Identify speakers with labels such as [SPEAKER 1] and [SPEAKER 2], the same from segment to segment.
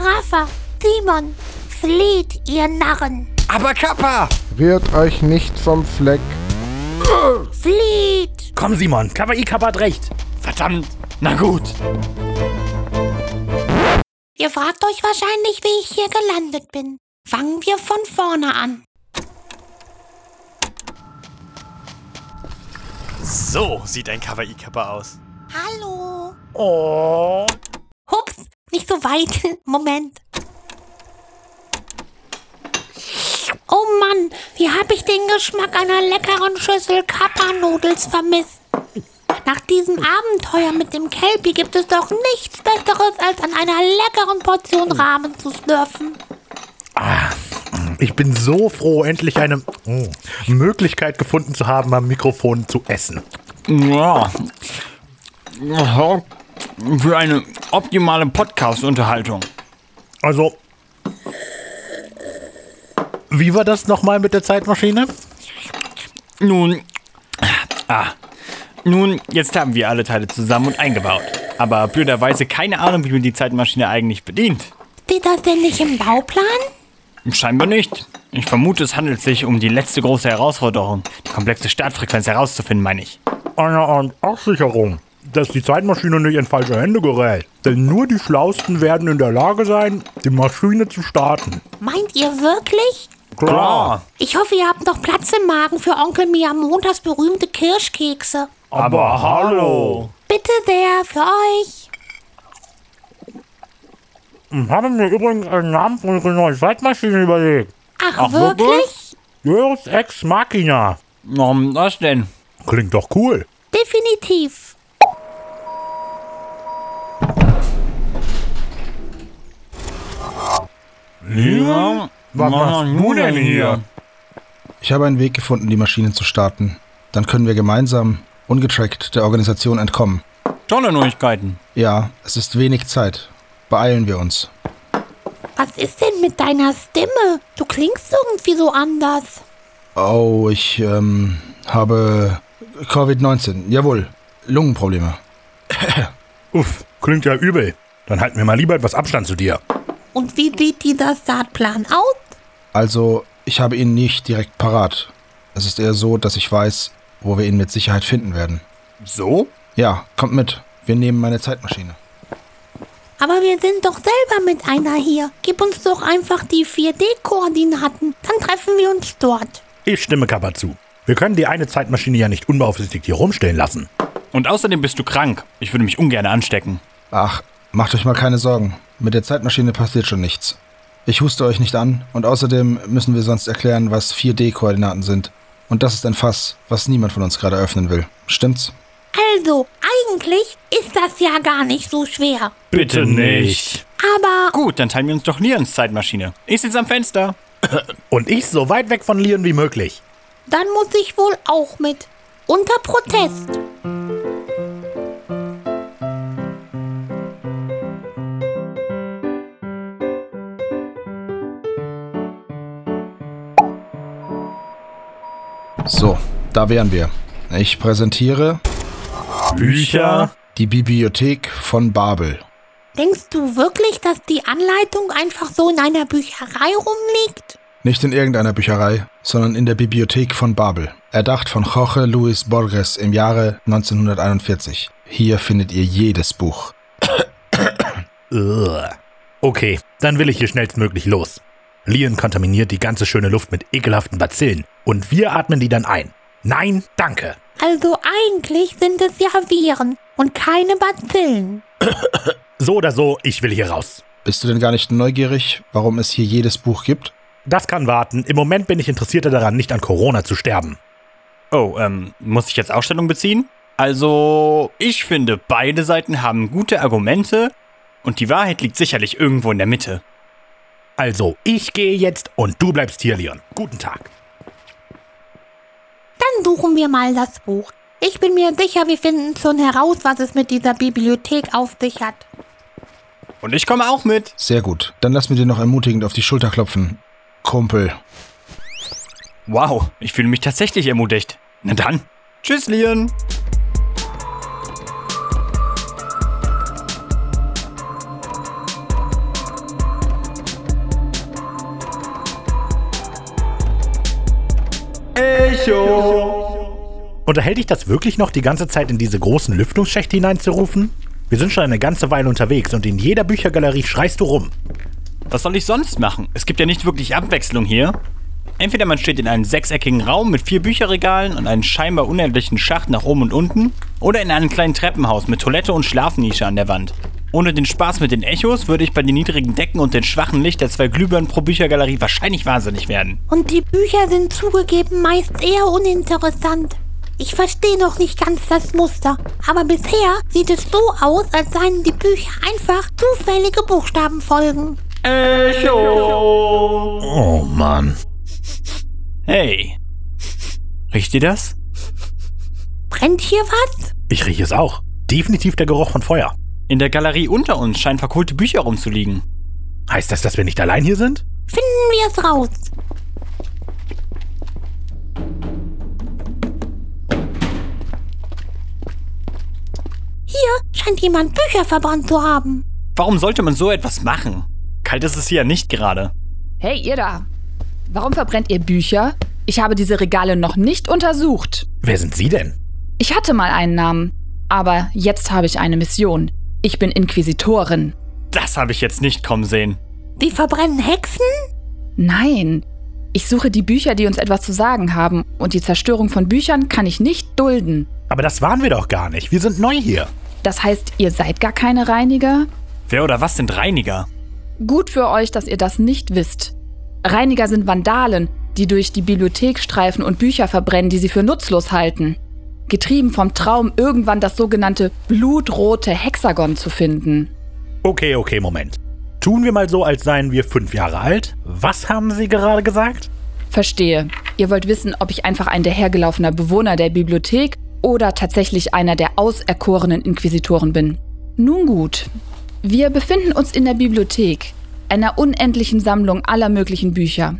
[SPEAKER 1] Jaffa, Simon, flieht, ihr Narren!
[SPEAKER 2] Aber Kappa!
[SPEAKER 3] Rührt euch nicht vom Fleck.
[SPEAKER 1] Flieht!
[SPEAKER 2] Komm, Simon, Kappa Ikapa hat recht. Verdammt. Na gut.
[SPEAKER 1] Ihr fragt euch wahrscheinlich, wie ich hier gelandet bin. Fangen wir von vorne an.
[SPEAKER 4] So sieht ein Kawaii-Kappa aus.
[SPEAKER 1] Hallo!
[SPEAKER 2] Oh.
[SPEAKER 1] Hups, nicht so weit. Moment. Oh Mann, wie habe ich den Geschmack einer leckeren Schüssel Kappa-Nudels vermisst. Nach diesem Abenteuer mit dem Kelpie gibt es doch nichts Besseres, als an einer leckeren Portion Rahmen zu schlürfen.
[SPEAKER 5] Ich bin so froh, endlich eine oh, Möglichkeit gefunden zu haben, am Mikrofon zu essen.
[SPEAKER 4] Ja. Aha. Für eine optimale Podcast-Unterhaltung.
[SPEAKER 5] Also, wie war das nochmal mit der Zeitmaschine?
[SPEAKER 4] Nun. Ah. Nun, jetzt haben wir alle Teile zusammen und eingebaut. Aber blöderweise keine Ahnung, wie man die Zeitmaschine eigentlich bedient.
[SPEAKER 1] Steht das denn nicht im Bauplan?
[SPEAKER 4] Scheinbar nicht. Ich vermute, es handelt sich um die letzte große Herausforderung, die komplexe Startfrequenz herauszufinden, meine ich.
[SPEAKER 5] Eine Art Absicherung, dass die Zeitmaschine nicht in falsche Hände gerät. Denn nur die Schlausten werden in der Lage sein, die Maschine zu starten.
[SPEAKER 1] Meint ihr wirklich? Ich hoffe, ihr habt noch Platz im Magen für Onkel Miamontas berühmte Kirschkekse.
[SPEAKER 4] aber hallo.
[SPEAKER 1] Bitte sehr, für euch.
[SPEAKER 5] Mhm. Haben wir übrigens einen Namen für unsere neue Zeitmaschine überlegt.
[SPEAKER 1] Ach,
[SPEAKER 4] Ach, wirklich?
[SPEAKER 1] wirklich?
[SPEAKER 5] Deus Ex Machina.
[SPEAKER 4] Warum das denn?
[SPEAKER 5] Klingt doch cool.
[SPEAKER 1] Definitiv.
[SPEAKER 4] Ja,
[SPEAKER 5] Hm? Was machst du denn hier?
[SPEAKER 3] Ich habe einen Weg gefunden, die Maschine zu starten. Dann können wir gemeinsam, ungetrackt, der Organisation entkommen.
[SPEAKER 4] Tolle Neuigkeiten.
[SPEAKER 3] Ja, es ist wenig Zeit. Beeilen wir uns.
[SPEAKER 1] Was ist denn mit deiner Stimme? Du klingst irgendwie so anders.
[SPEAKER 3] Oh, ich ähm, habe Covid-19. Jawohl, Lungenprobleme.
[SPEAKER 5] Uff, klingt ja übel. Dann halten wir mal lieber etwas Abstand zu dir.
[SPEAKER 1] Und wie sieht dieser Startplan aus?
[SPEAKER 3] Also, ich habe ihn nicht direkt parat. Es ist eher so, dass ich weiß, wo wir ihn mit Sicherheit finden werden.
[SPEAKER 5] So?
[SPEAKER 3] Ja, kommt mit. Wir nehmen meine Zeitmaschine.
[SPEAKER 1] Aber wir sind doch selber mit einer hier. Gib uns doch einfach die 4D-Koordinaten, dann treffen wir uns dort.
[SPEAKER 5] Ich stimme Kappa zu. Wir können die eine Zeitmaschine ja nicht unbeaufsichtigt hier rumstehen lassen.
[SPEAKER 4] Und außerdem bist du krank. Ich würde mich ungern anstecken.
[SPEAKER 3] Ach, macht euch mal keine Sorgen. Mit der Zeitmaschine passiert schon nichts. Ich huste euch nicht an und außerdem müssen wir sonst erklären, was 4D-Koordinaten sind. Und das ist ein Fass, was niemand von uns gerade öffnen will. Stimmt's?
[SPEAKER 1] Also, eigentlich ist das ja gar nicht so schwer.
[SPEAKER 4] Bitte
[SPEAKER 5] nicht.
[SPEAKER 1] Aber
[SPEAKER 4] Gut, dann teilen wir uns doch Lians Zeitmaschine. Ich sitze am Fenster.
[SPEAKER 5] Und ich so weit weg von Lian wie möglich.
[SPEAKER 1] dann muss ich wohl auch mit. Unter Protest.
[SPEAKER 3] So, da wären wir. Ich präsentiere
[SPEAKER 5] Bücher?
[SPEAKER 3] die Bibliothek von Babel.
[SPEAKER 1] Denkst du wirklich, dass die Anleitung einfach so in einer Bücherei rumliegt?
[SPEAKER 3] Nicht in irgendeiner Bücherei, sondern in der Bibliothek von Babel. Erdacht von Jorge Luis Borges im Jahre 1941. Hier findet ihr jedes Buch.
[SPEAKER 5] Ugh. Okay, dann will ich hier schnellstmöglich los. Lian kontaminiert die ganze schöne Luft mit ekelhaften Bazillen und wir atmen die dann ein. Nein, danke.
[SPEAKER 1] Also eigentlich sind es ja Viren und keine Bazillen.
[SPEAKER 5] So oder so, ich will hier raus.
[SPEAKER 3] Bist du denn gar nicht neugierig, warum es hier jedes Buch gibt?
[SPEAKER 5] Das kann warten. Im Moment bin ich interessierter daran, nicht an Corona zu sterben.
[SPEAKER 4] Oh, ähm, muss ich jetzt auch Stellung beziehen? Also, ich finde, beide Seiten haben gute Argumente und die Wahrheit liegt sicherlich irgendwo in der Mitte.
[SPEAKER 5] Also, ich gehe jetzt und du bleibst hier, Leon. Guten Tag.
[SPEAKER 1] Dann suchen wir mal das Buch. Ich bin mir sicher, wir finden schon heraus, was es mit dieser Bibliothek auf sich hat.
[SPEAKER 4] Und ich komme auch mit.
[SPEAKER 3] Sehr gut. Dann lass mir dir noch ermutigend auf die Schulter klopfen. Kumpel.
[SPEAKER 4] Wow, ich fühle mich tatsächlich ermutigt. Na dann. Tschüss, Lian.
[SPEAKER 5] Unterhält dich das wirklich noch, die ganze Zeit in diese großen Lüftungsschächte hineinzurufen? Wir sind schon eine ganze Weile unterwegs und in jeder Büchergalerie schreist du rum.
[SPEAKER 4] Was soll ich sonst machen? Es gibt ja nicht wirklich Abwechslung hier. Entweder man steht in einem sechseckigen Raum mit vier Bücherregalen und einem scheinbar unendlichen Schacht nach oben und unten, oder in einem kleinen Treppenhaus mit Toilette und Schlafnische an der Wand. Ohne den Spaß mit den Echos würde ich bei den niedrigen Decken und dem schwachen Licht der zwei Glühbirnen pro Büchergalerie wahrscheinlich wahnsinnig werden.
[SPEAKER 1] Und die Bücher sind zugegeben meist eher uninteressant. Ich verstehe noch nicht ganz das Muster, aber bisher sieht es so aus, als seien die Bücher einfach zufällige Buchstabenfolgen.
[SPEAKER 5] Oh Mann.
[SPEAKER 4] Hey. Riecht ihr das?
[SPEAKER 1] Brennt hier was?
[SPEAKER 5] Ich rieche es auch. Definitiv der Geruch von Feuer.
[SPEAKER 4] In der Galerie unter uns scheinen verkohlte Bücher rumzuliegen.
[SPEAKER 5] Heißt das, dass wir nicht allein hier sind?
[SPEAKER 1] Finden wir es raus. Hier scheint jemand Bücher verbrannt zu haben.
[SPEAKER 4] Warum sollte man so etwas machen? Kalt ist es hier ja nicht gerade.
[SPEAKER 6] Hey, ihr da! Warum verbrennt ihr Bücher? Ich habe diese Regale noch nicht untersucht.
[SPEAKER 5] Wer sind Sie denn?
[SPEAKER 6] Ich hatte mal einen Namen, aber jetzt habe ich eine Mission. Ich bin Inquisitorin.
[SPEAKER 4] Das habe ich jetzt nicht kommen sehen.
[SPEAKER 1] Sie verbrennen Hexen?
[SPEAKER 6] Nein, ich suche die Bücher, die uns etwas zu sagen haben, und die Zerstörung von Büchern kann ich nicht dulden.
[SPEAKER 5] Aber das waren wir doch gar nicht. Wir sind neu hier.
[SPEAKER 6] Das heißt, ihr seid gar keine Reiniger?
[SPEAKER 4] Wer oder was sind Reiniger?
[SPEAKER 6] Gut für euch, dass ihr das nicht wisst. Reiniger sind Vandalen, die durch die Bibliothek streifen und Bücher verbrennen, die sie für nutzlos halten. Getrieben vom Traum, irgendwann das sogenannte blutrote Hexagon zu finden.
[SPEAKER 5] Okay, okay, Moment. Tun wir mal so, als seien wir fünf Jahre alt. Was haben Sie gerade gesagt?
[SPEAKER 6] Verstehe. Ihr wollt wissen, ob ich einfach ein dahergelaufener Bewohner der Bibliothek oder tatsächlich einer der auserkorenen Inquisitoren bin. Nun gut. Wir befinden uns in der Bibliothek, einer unendlichen Sammlung aller möglichen Bücher.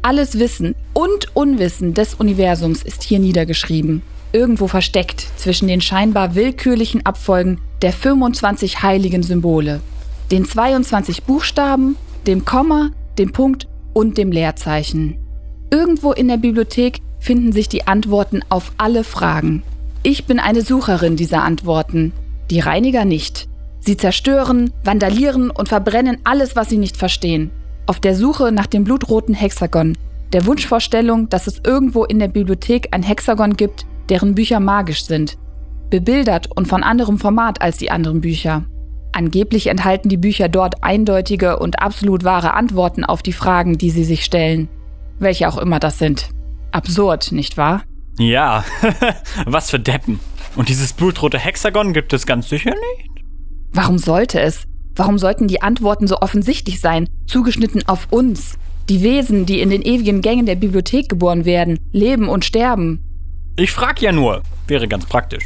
[SPEAKER 6] Alles Wissen und Unwissen des Universums ist hier niedergeschrieben. Irgendwo versteckt zwischen den scheinbar willkürlichen Abfolgen der 25 heiligen Symbole den 22 Buchstaben, dem Komma, dem Punkt und dem Leerzeichen. Irgendwo in der Bibliothek finden sich die Antworten auf alle Fragen. Ich bin eine Sucherin dieser Antworten, die Reiniger nicht. Sie zerstören, vandalieren und verbrennen alles, was sie nicht verstehen. Auf der Suche nach dem blutroten Hexagon, der Wunschvorstellung, dass es irgendwo in der Bibliothek ein Hexagon gibt, deren Bücher magisch sind, bebildert und von anderem Format als die anderen Bücher. Angeblich enthalten die Bücher dort eindeutige und absolut wahre Antworten auf die Fragen, die sie sich stellen. Welche auch immer das sind. Absurd, nicht wahr?
[SPEAKER 4] Ja, was für Deppen. Und dieses blutrote Hexagon gibt es ganz sicher nicht.
[SPEAKER 6] Warum sollte es? Warum sollten die Antworten so offensichtlich sein, zugeschnitten auf uns? Die Wesen, die in den ewigen Gängen der Bibliothek geboren werden, leben und sterben.
[SPEAKER 4] Ich frag ja nur. Wäre ganz praktisch.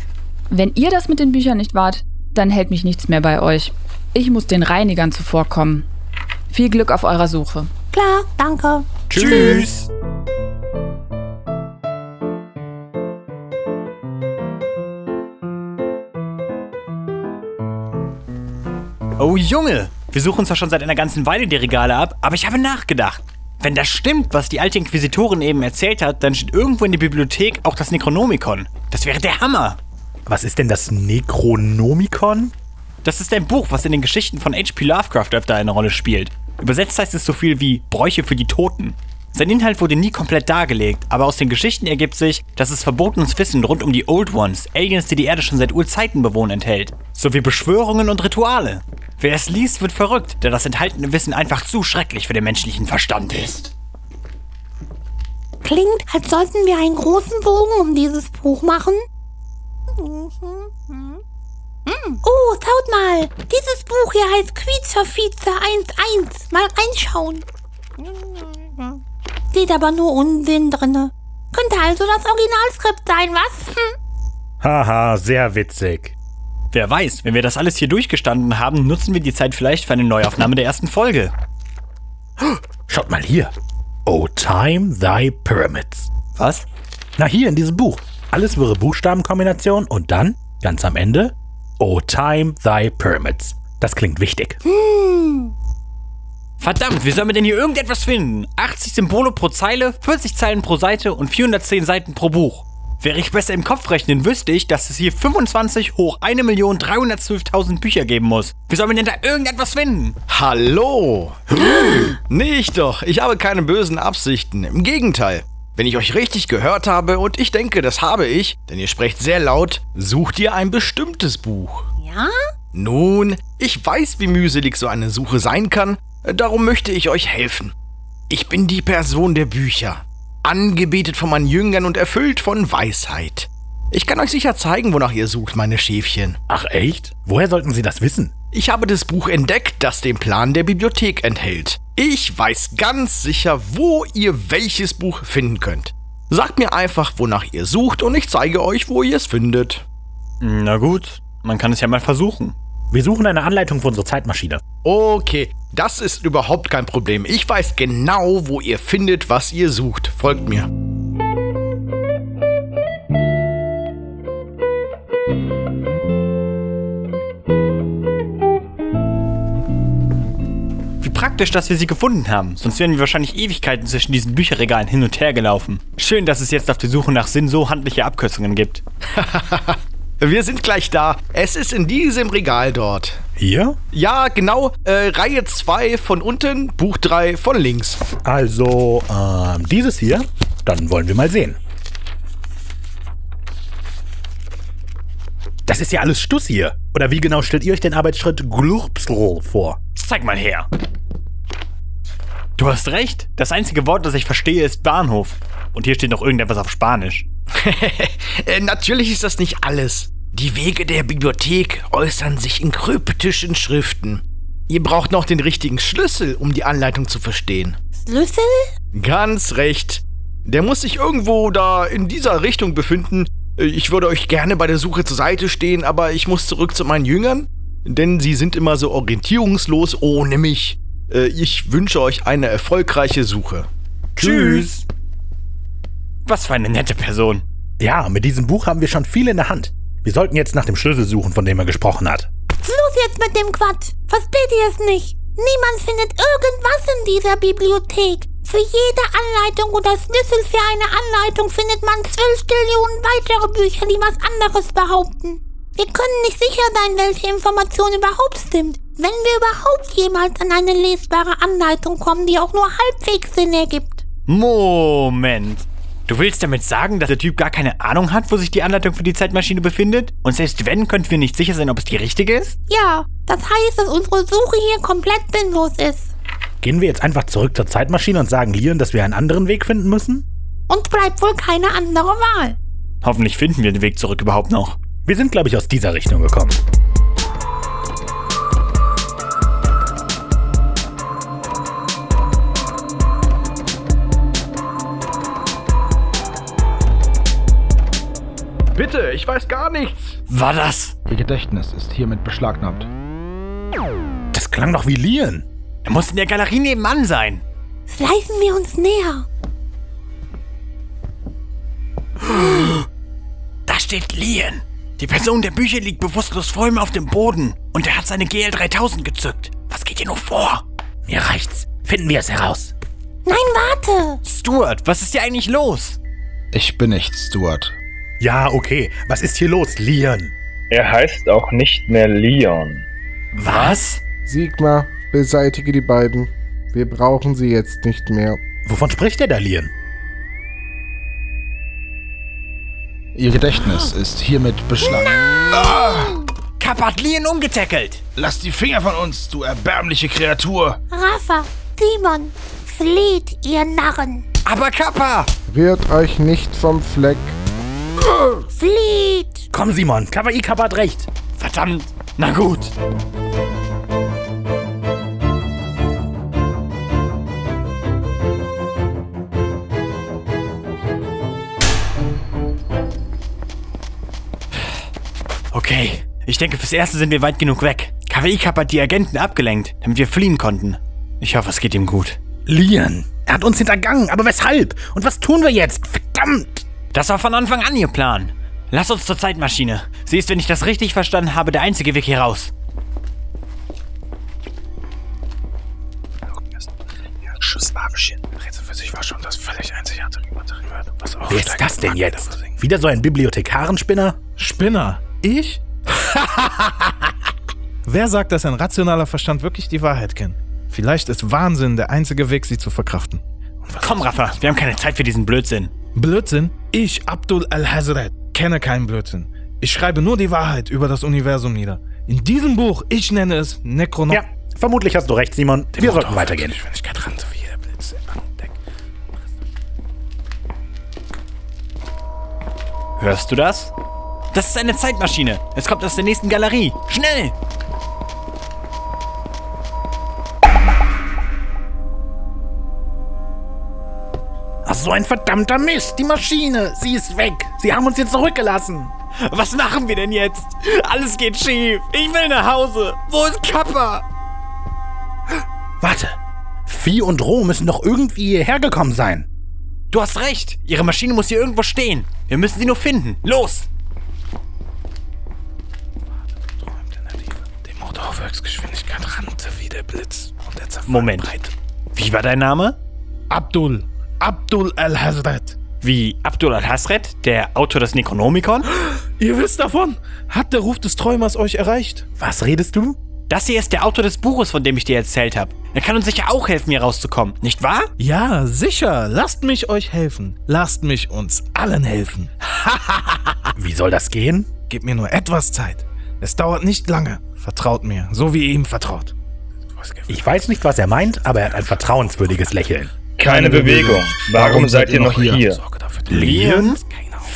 [SPEAKER 6] Wenn ihr das mit den Büchern nicht wart, dann hält mich nichts mehr bei euch. Ich muss den Reinigern zuvorkommen. Viel Glück auf eurer Suche.
[SPEAKER 1] Klar, danke.
[SPEAKER 4] Tschüss. Oh Junge, wir suchen zwar schon seit einer ganzen Weile die Regale ab, aber ich habe nachgedacht. Wenn das stimmt, was die alte Inquisitorin eben erzählt hat, dann steht irgendwo in der Bibliothek auch das Necronomicon. Das wäre der Hammer.
[SPEAKER 5] Was ist denn das Necronomicon?
[SPEAKER 4] Das ist ein Buch, was in den Geschichten von H.P. Lovecraft öfter eine Rolle spielt. Übersetzt heißt es so viel wie Bräuche für die Toten. Sein Inhalt wurde nie komplett dargelegt, aber aus den Geschichten ergibt sich, dass es verbotenes Wissen rund um die Old Ones, Aliens, die die Erde schon seit Urzeiten bewohnen, enthält, sowie Beschwörungen und Rituale. Wer es liest, wird verrückt, da das enthaltene Wissen einfach zu schrecklich für den menschlichen Verstand ist.
[SPEAKER 1] Klingt, als sollten wir einen großen Bogen um dieses Buch machen. Oh, schaut mal. Dieses Buch hier heißt Quietscherfietzer 11. Mal reinschauen. Steht aber nur Unsinn drinne. Könnte also das Originalskript sein, was? Hm.
[SPEAKER 5] Haha, sehr witzig.
[SPEAKER 4] Wer weiß, wenn wir das alles hier durchgestanden haben, nutzen wir die Zeit vielleicht für eine Neuaufnahme der ersten Folge.
[SPEAKER 5] Schaut mal hier. O Time Thy Pyramids.
[SPEAKER 4] Was?
[SPEAKER 5] Na hier in diesem Buch. Alles wirre Buchstabenkombination und dann, ganz am Ende, Oh, O Time Thy Pyramids. Das klingt wichtig.
[SPEAKER 4] Verdammt, wie sollen wir denn hier irgendetwas finden? 80 Symbole pro Zeile, 40 Zeilen pro Seite und 410 Seiten pro Buch. Wäre ich besser im Kopf rechnen, wüsste ich, dass es hier 25 hoch 1.312.000 Bücher geben muss. Wie sollen wir denn da irgendetwas finden?
[SPEAKER 7] Hallo! Nicht doch, ich habe keine bösen Absichten. Im Gegenteil. Wenn ich euch richtig gehört habe, und ich denke, das habe ich, denn ihr sprecht sehr laut, sucht ihr ein bestimmtes Buch.
[SPEAKER 1] Ja?
[SPEAKER 7] Nun, ich weiß, wie mühselig so eine Suche sein kann, darum möchte ich euch helfen. Ich bin die Person der Bücher, angebetet von meinen Jüngern und erfüllt von Weisheit. Ich kann euch sicher zeigen, wonach ihr sucht, meine Schäfchen.
[SPEAKER 5] Ach echt? Woher sollten Sie das wissen?
[SPEAKER 7] Ich habe das Buch entdeckt, das den Plan der Bibliothek enthält. Ich weiß ganz sicher, wo ihr welches Buch finden könnt. Sagt mir einfach, wonach ihr sucht, und ich zeige euch, wo ihr es findet.
[SPEAKER 4] Hm, Na gut, man kann es ja mal versuchen.
[SPEAKER 5] Wir suchen eine Anleitung für unsere Zeitmaschine.
[SPEAKER 7] Okay, das ist überhaupt kein Problem. Ich weiß genau, wo ihr findet, was ihr sucht. Folgt mir.
[SPEAKER 4] Wie praktisch, dass wir sie gefunden haben. Sonst wären wir wahrscheinlich Ewigkeiten zwischen diesen Bücherregalen hin und her gelaufen. Schön, dass es jetzt auf der Suche nach Sinn so handliche Abkürzungen gibt.
[SPEAKER 7] Wir sind gleich da. Es ist in diesem Regal dort.
[SPEAKER 5] Hier?
[SPEAKER 7] Ja, genau. Äh, Reihe 2 von unten, Buch 3 von links.
[SPEAKER 5] Also, ähm, dieses hier? Dann wollen wir mal sehen. Das ist ja alles Stuss hier. Oder wie genau stellt ihr euch den Arbeitsschritt Glurpsroll vor?
[SPEAKER 4] Zeig mal her. Du hast recht. Das einzige Wort, das ich verstehe, ist Bahnhof. Und hier steht noch irgendetwas auf Spanisch.
[SPEAKER 7] Äh, natürlich ist das nicht alles. Die Wege der Bibliothek äußern sich in kryptischen Schriften. Ihr braucht noch den richtigen Schlüssel, um die Anleitung zu verstehen.
[SPEAKER 1] Schlüssel?
[SPEAKER 7] Ganz recht. Der muss sich irgendwo da in dieser Richtung befinden. Äh, Ich würde euch gerne bei der Suche zur Seite stehen, aber ich muss zurück zu meinen Jüngern, denn sie sind immer so orientierungslos ohne mich. Äh, Ich wünsche euch eine erfolgreiche Suche.
[SPEAKER 4] Tschüss. Was für eine nette Person.
[SPEAKER 5] Ja, mit diesem Buch haben wir schon viel in der Hand. Wir sollten jetzt nach dem Schlüssel suchen, von dem er gesprochen hat.
[SPEAKER 1] Was ist los jetzt mit dem Quatsch? Versteht ihr es nicht? Niemand findet irgendwas in dieser Bibliothek. Für jede Anleitung oder Schlüssel für eine Anleitung findet man zwölf Trillionen weitere Bücher, die was anderes behaupten. Wir können nicht sicher sein, welche Information überhaupt stimmt. Wenn wir überhaupt jemals an eine lesbare Anleitung kommen, die auch nur halbwegs Sinn ergibt.
[SPEAKER 4] Moment. Du willst damit sagen, dass der Typ gar keine Ahnung hat, wo sich die Anleitung für die Zeitmaschine befindet? Und selbst wenn, könnten wir nicht sicher sein, ob es die richtige ist?
[SPEAKER 1] Ja, das heißt, dass unsere Suche hier komplett sinnlos ist.
[SPEAKER 5] Gehen wir jetzt einfach zurück zur Zeitmaschine und sagen Lian, dass wir einen anderen Weg finden müssen?
[SPEAKER 1] Uns bleibt wohl keine andere Wahl.
[SPEAKER 4] Hoffentlich finden wir den Weg zurück überhaupt noch.
[SPEAKER 5] Wir sind, glaube ich, aus dieser Richtung gekommen.
[SPEAKER 7] Bitte, ich weiß gar nichts.
[SPEAKER 4] War das?
[SPEAKER 3] Ihr Gedächtnis ist hiermit beschlagnahmt.
[SPEAKER 5] Das klang doch wie Lian.
[SPEAKER 4] Er muss in der Galerie nebenan sein.
[SPEAKER 1] Schleifen wir uns näher.
[SPEAKER 4] Da steht Lian. Die Person der Bücher liegt bewusstlos vor ihm auf dem Boden. Und er hat seine GL3000 gezückt. Was geht hier nur vor?
[SPEAKER 5] Mir reicht's. Finden wir es heraus.
[SPEAKER 1] Nein, warte!
[SPEAKER 4] Stuart, was ist hier eigentlich los?
[SPEAKER 3] Ich bin nicht Stuart.
[SPEAKER 5] Ja, okay. Was ist hier los, Lian?
[SPEAKER 8] Er heißt auch nicht mehr Leon.
[SPEAKER 4] Was?
[SPEAKER 9] Sigma, beseitige die beiden. Wir brauchen sie jetzt nicht mehr.
[SPEAKER 5] Wovon spricht der da, Lian?
[SPEAKER 3] Ihr Gedächtnis ist hiermit beschlagnahmt.
[SPEAKER 4] Kapp hat Lian umgetackelt.
[SPEAKER 3] Lass die Finger von uns, du erbärmliche Kreatur!
[SPEAKER 1] Rafa, Simon, flieht, ihr Narren!
[SPEAKER 4] Aber Kappa!
[SPEAKER 9] Rührt euch nicht vom Fleck.
[SPEAKER 1] Flieht!
[SPEAKER 5] Komm, Simon. Kawaii Kappa hat recht.
[SPEAKER 4] Verdammt. Na gut. Okay. Ich denke, fürs Erste sind wir weit genug weg. KWI Cup hat die Agenten abgelenkt, damit wir fliehen konnten. Ich hoffe, es geht ihm gut.
[SPEAKER 5] Lian. Er hat uns hintergangen. Aber weshalb? Und was tun wir jetzt? Verdammt.
[SPEAKER 4] Das war von Anfang an ihr Plan. Lass uns zur Zeitmaschine. Sie ist, wenn ich das richtig verstanden habe, der einzige Weg hier raus.
[SPEAKER 10] jugoslawischen Rätsel für sich war schon das völlig einzigartige Material, um was auch
[SPEAKER 5] Wer ist das denn jetzt? Wieder so ein Bibliothekarenspinner?
[SPEAKER 10] Spinner. Ich? Wer sagt, dass ein rationaler Verstand wirklich die Wahrheit kennt? Vielleicht ist Wahnsinn der einzige Weg, sie zu verkraften.
[SPEAKER 4] Komm, Rafa, wir haben keine Zeit für diesen Blödsinn.
[SPEAKER 10] Blödsinn? Ich, Abdul al-Hazret, kenne keinen Blödsinn. Ich schreibe nur die Wahrheit über das Universum nieder. In diesem Buch, ich nenne es Necronom.
[SPEAKER 5] Ja, vermutlich hast du recht, Simon. Wir sollten weitergehen.
[SPEAKER 10] Geschwindigkeit ran, so wie jeder Blitz.
[SPEAKER 4] Hörst du das? Das ist eine Zeitmaschine. Es kommt aus der nächsten Galerie. Schnell!
[SPEAKER 5] Ach, so ein verdammter Mist. Die Maschine, sie ist weg. Sie haben uns hier zurückgelassen.
[SPEAKER 4] Was machen wir denn jetzt? Alles geht schief. Ich will nach Hause. Wo ist Kappa?
[SPEAKER 5] Warte. Vieh und Roh müssen doch irgendwie hierher gekommen sein.
[SPEAKER 4] Du hast recht. Ihre Maschine muss hier irgendwo stehen. Wir müssen sie nur finden. Los!
[SPEAKER 10] Der Motor auf Höchstgeschwindigkeit rannte wie der Blitz. Und der zerfall
[SPEAKER 4] Moment. Wie war dein Name?
[SPEAKER 10] Abdul. Abdul al-Hazret.
[SPEAKER 4] Wie Abdul al-Hasret, der Autor des Necronomicon?
[SPEAKER 10] Ihr wisst davon? Hat der Ruf des Träumers euch erreicht?
[SPEAKER 5] Was redest du?
[SPEAKER 4] Das hier ist der Autor des Buches, von dem ich dir erzählt habe. Er kann uns sicher auch helfen, hier rauszukommen, nicht wahr?
[SPEAKER 10] Ja, sicher. Lasst mich euch helfen. Lasst mich uns allen helfen.
[SPEAKER 5] Wie soll das gehen?
[SPEAKER 10] Gebt mir nur etwas Zeit. Es dauert nicht lange. Vertraut mir, so wie ihr ihm vertraut.
[SPEAKER 5] Ich weiß nicht, was er meint, aber er hat ein vertrauenswürdiges Lächeln.
[SPEAKER 8] Keine Bewegung. Warum seid ihr noch hier?
[SPEAKER 4] Lien?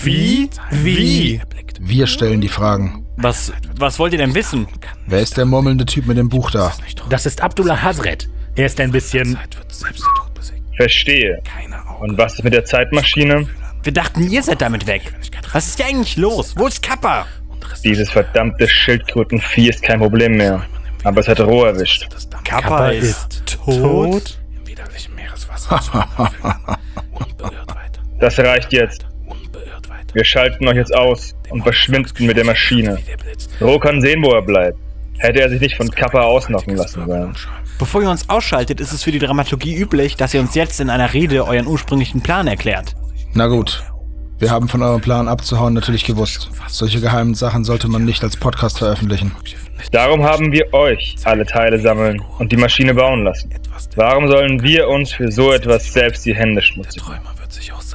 [SPEAKER 4] Wie? Wie?
[SPEAKER 3] Wir stellen die Fragen.
[SPEAKER 4] Was, was wollt ihr denn wissen?
[SPEAKER 3] Wer ist der murmelnde Typ mit dem Buch da?
[SPEAKER 5] Das ist Abdullah Hazret. Er ist ein bisschen.
[SPEAKER 8] Verstehe. Und was ist mit der Zeitmaschine?
[SPEAKER 4] Wir dachten, ihr seid damit weg. Was ist hier eigentlich los? Wo ist Kappa?
[SPEAKER 8] Dieses verdammte Schildkrötenvieh ist kein Problem mehr. Aber es hat Roh erwischt.
[SPEAKER 4] Kappa,
[SPEAKER 5] ist
[SPEAKER 4] tot?
[SPEAKER 8] Das reicht jetzt. Wir schalten euch jetzt aus und verschwinden mit der Maschine. Roh kann sehen, wo er bleibt. Hätte er sich nicht von Kappa ausnocken lassen sollen.
[SPEAKER 4] Bevor ihr uns ausschaltet, ist es für die Dramaturgie üblich, dass ihr uns jetzt in einer Rede euren ursprünglichen Plan erklärt.
[SPEAKER 3] Na gut. Wir haben von eurem Plan abzuhauen natürlich gewusst. Solche geheimen Sachen sollte man nicht als Podcast veröffentlichen.
[SPEAKER 8] Darum haben wir euch alle Teile sammeln und die Maschine bauen lassen. Warum sollen wir uns für so etwas selbst die Hände schmutzig machen?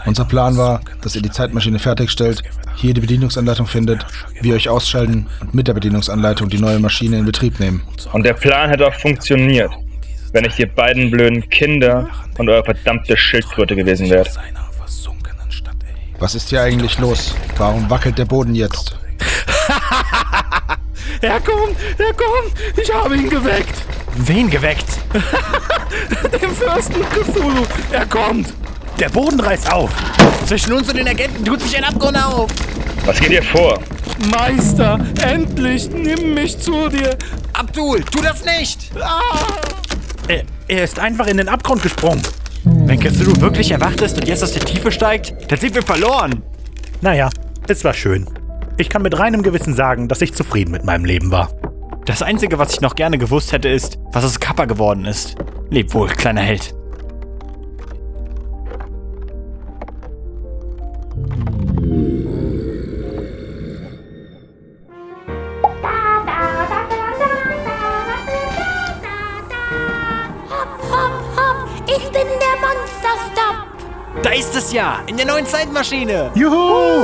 [SPEAKER 3] Unser Plan war, dass ihr die Zeitmaschine fertigstellt, hier die Bedienungsanleitung findet, wir euch ausschalten und mit der Bedienungsanleitung die neue Maschine in Betrieb nehmen.
[SPEAKER 8] Und der Plan hätte auch funktioniert, wenn nicht ihr beiden blöden Kinder und eure verdammte Schildkröte gewesen wärt.
[SPEAKER 3] Was ist hier eigentlich los? Warum wackelt der Boden jetzt?
[SPEAKER 10] Er kommt, er kommt. Ich habe ihn geweckt.
[SPEAKER 4] Wen geweckt?
[SPEAKER 10] Den Fürsten Cthulhu. Er kommt.
[SPEAKER 5] Der Boden reißt auf.
[SPEAKER 4] Zwischen uns und den Agenten tut sich ein Abgrund auf.
[SPEAKER 8] Was geht ihr vor?
[SPEAKER 10] Meister, endlich, nimm mich zu dir.
[SPEAKER 4] Abdul, tu das nicht!
[SPEAKER 5] Er, er ist einfach in den Abgrund gesprungen.
[SPEAKER 4] Wenn Cthulhu wirklich erwacht ist und jetzt aus der Tiefe steigt, dann sind wir verloren.
[SPEAKER 5] Naja, es war schön. Ich kann mit reinem Gewissen sagen, dass ich zufrieden mit meinem Leben war.
[SPEAKER 4] Das Einzige, was ich noch gerne gewusst hätte, ist, was aus Kappa geworden ist. Leb wohl, kleiner Held.
[SPEAKER 1] Hopp, hopp, hopp, ich bin der Monster-Stop.
[SPEAKER 4] Da ist es ja, in der neuen Zeitmaschine.
[SPEAKER 5] Juhu!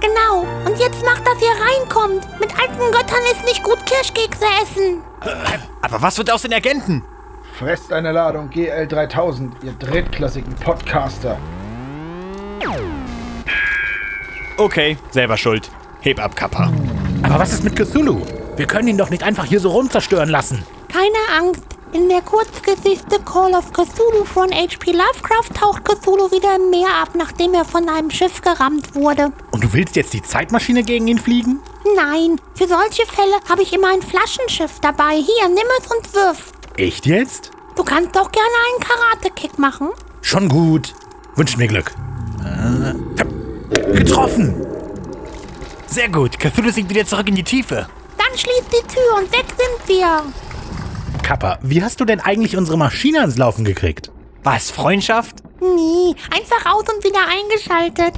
[SPEAKER 1] Genau, und jetzt macht, dass ihr reinkommt. Mit alten Göttern ist nicht gut Kirschkekse essen.
[SPEAKER 4] Aber was wird aus den Agenten?
[SPEAKER 3] Fresst eine Ladung GL3000, ihr drittklassigen Podcaster.
[SPEAKER 4] Okay, selber schuld. Heb ab, Kappa.
[SPEAKER 5] Aber was ist mit Cthulhu? Wir können ihn doch nicht einfach hier so rumzerstören lassen.
[SPEAKER 1] Keine Angst. In der Kurzgeschichte Call of Cthulhu von H.P. Lovecraft taucht Cthulhu wieder im Meer ab, nachdem er von einem Schiff gerammt wurde.
[SPEAKER 5] Und du willst jetzt die Zeitmaschine gegen ihn fliegen?
[SPEAKER 1] Nein, für solche Fälle habe ich immer ein Flaschenschiff dabei. Hier, nimm es und wirf.
[SPEAKER 5] Echt jetzt?
[SPEAKER 1] Du kannst doch gerne einen Karate-Kick machen.
[SPEAKER 5] Schon gut. Wünschen mir Glück. Äh, hab- getroffen!
[SPEAKER 4] Sehr gut, Cthulhu sinkt wieder zurück in die Tiefe.
[SPEAKER 1] Dann schließt die Tür und weg sind wir.
[SPEAKER 5] Kappa, wie hast du denn eigentlich unsere Maschine ans Laufen gekriegt?
[SPEAKER 4] Was, Freundschaft?
[SPEAKER 1] Nie. Einfach aus und wieder eingeschaltet.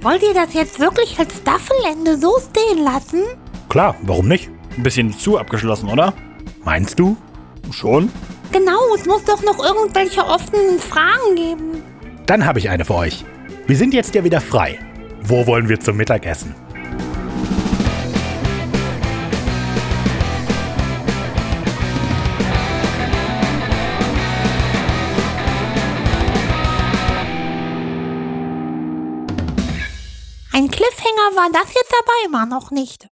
[SPEAKER 1] Wollt ihr das jetzt wirklich als Staffelende so stehen lassen?
[SPEAKER 5] Klar, warum nicht?
[SPEAKER 4] Ein bisschen zu abgeschlossen, oder?
[SPEAKER 5] Meinst du?
[SPEAKER 4] Schon?
[SPEAKER 1] Genau, es muss doch noch irgendwelche offenen Fragen geben.
[SPEAKER 5] Dann habe ich eine für euch. Wir sind jetzt ja wieder frei. Wo wollen wir zum Mittagessen?
[SPEAKER 1] Ein Cliffhanger war das jetzt aber immer noch nicht.